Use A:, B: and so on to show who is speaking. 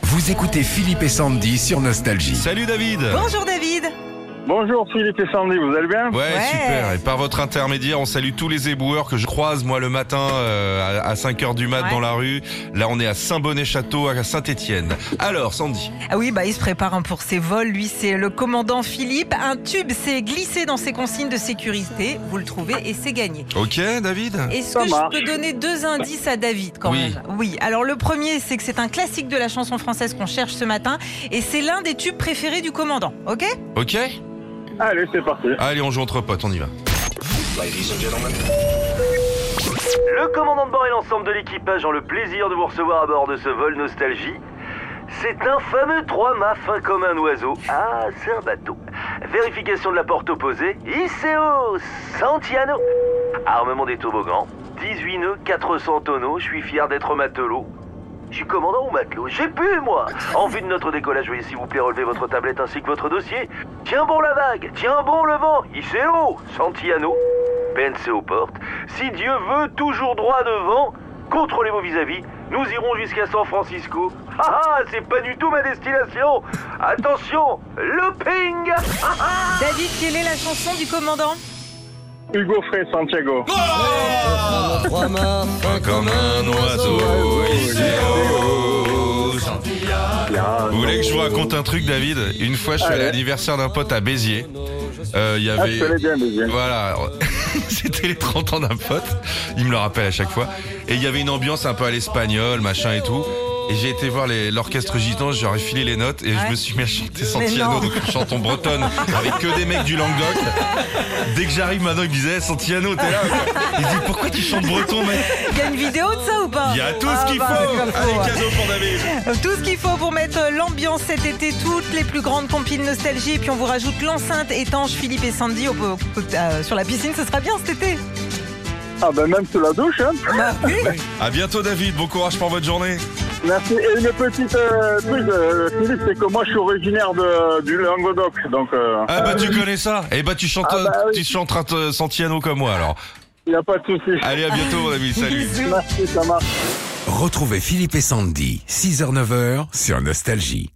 A: Vous écoutez Philippe et Sandy sur Nostalgie.
B: Salut David
C: Bonjour David
D: Bonjour Philippe et Sandy, vous allez bien
B: Ouais, super. Et par votre intermédiaire, on salue tous les éboueurs que je croise moi le matin euh, à à 5h du mat
C: Ouais.
B: dans la rue. Là, on est à Saint-Bonnet-Château à Saint-Étienne. Alors, Sandy,
C: Ah oui, bah il se prépare hein, pour ses vols. Lui, c'est le commandant Philippe. Un tube s'est glissé dans ses consignes de sécurité. Vous le trouvez et c'est gagné.
B: OK David
C: Est-ce
D: Ça
C: que
D: marche.
C: je peux donner deux indices à David quand
B: Oui.
C: même Oui. Alors le premier, c'est que c'est un classique de la chanson française qu'on cherche ce matin et c'est l'un des tubes préférés du commandant. Ok
B: OK
D: Allez, c'est parti.
B: Allez, on joue entre potes, on y va.
E: Le commandant de bord et l'ensemble de l'équipage ont le plaisir de vous recevoir à bord de ce vol Nostalgie. C'est un fameux 3 mâts fin comme un oiseau. Ah, c'est un bateau. Vérification de la porte opposée. ICO Santiano. Armement des toboggans. 18 nœuds, 400 tonneaux. Je suis fier d'être matelot. Je suis commandant ou matelot J'ai pu, moi En vue de notre décollage, veuillez s'il vous plaît relever votre tablette ainsi que votre dossier. Tiens bon la vague Tiens bon le vent ICO Santiano PNC Ben, aux portes. Si Dieu veut, toujours droit devant. Contrôlez-vous vis-à-vis. Nous irons jusqu'à San Francisco. Ah ah, c'est pas du tout ma destination. Attention, le ping.
C: David, quelle est la chanson du commandant
D: Hugo Frey, Santiago.
B: Comme un oiseau, Vous voulez que je vous raconte un truc, David Une fois, je suis à
D: Allez.
B: l'anniversaire d'un pote à Béziers. Euh, Il y
D: Ah, je
B: avait...
D: connais bien, bien.
B: Voilà, c'était les 30 ans d'un pote, il me le rappelle à chaque fois. Et il y avait une ambiance un peu à l'espagnol, machin et tout. Et j'ai été voir les- l'orchestre gitan, j'aurais filé les notes et je
C: Ouais.
B: me suis mis à chanter
C: non.
B: Santiano, donc je chante en bretonne avec que des mecs du Languedoc. Dès que j'arrive maintenant, il me disait Santiano, t'es là quoi. Il dit pourquoi tu chantes breton, mec
C: Il y a une vidéo de ça ou pas
B: Il y a tout
C: Ah
B: ce qu'il
C: bah,
B: faut
C: comme
B: Allez,
C: faut.
B: cadeau pour David
C: Tout ce qu'il faut pour mettre l'ambiance cet été, toutes les plus grandes compiles nostalgie. Et puis on vous rajoute l'enceinte étanche Philippe et Sandy au- au- euh, sur la piscine, ce sera bien cet été.
D: Ah ben même sous la douche, hein.
C: Bah, oui.
B: À bientôt, David, bon courage pour votre journée
D: Merci. Et une petite euh, truc, euh, Philippe, c'est que moi je suis originaire de, du Languedoc, donc euh, il
B: Ah bah tu connais ça Eh bah tu chantes,
D: Ah bah oui.
B: tu chantes euh, Santiano comme moi alors.
D: n'y a pas de souci.
B: Allez, à bientôt, mon ami, salut
D: Merci, ça marche.
A: Retrouvez Philippe et Sandy, 6h-9h sur Nostalgie.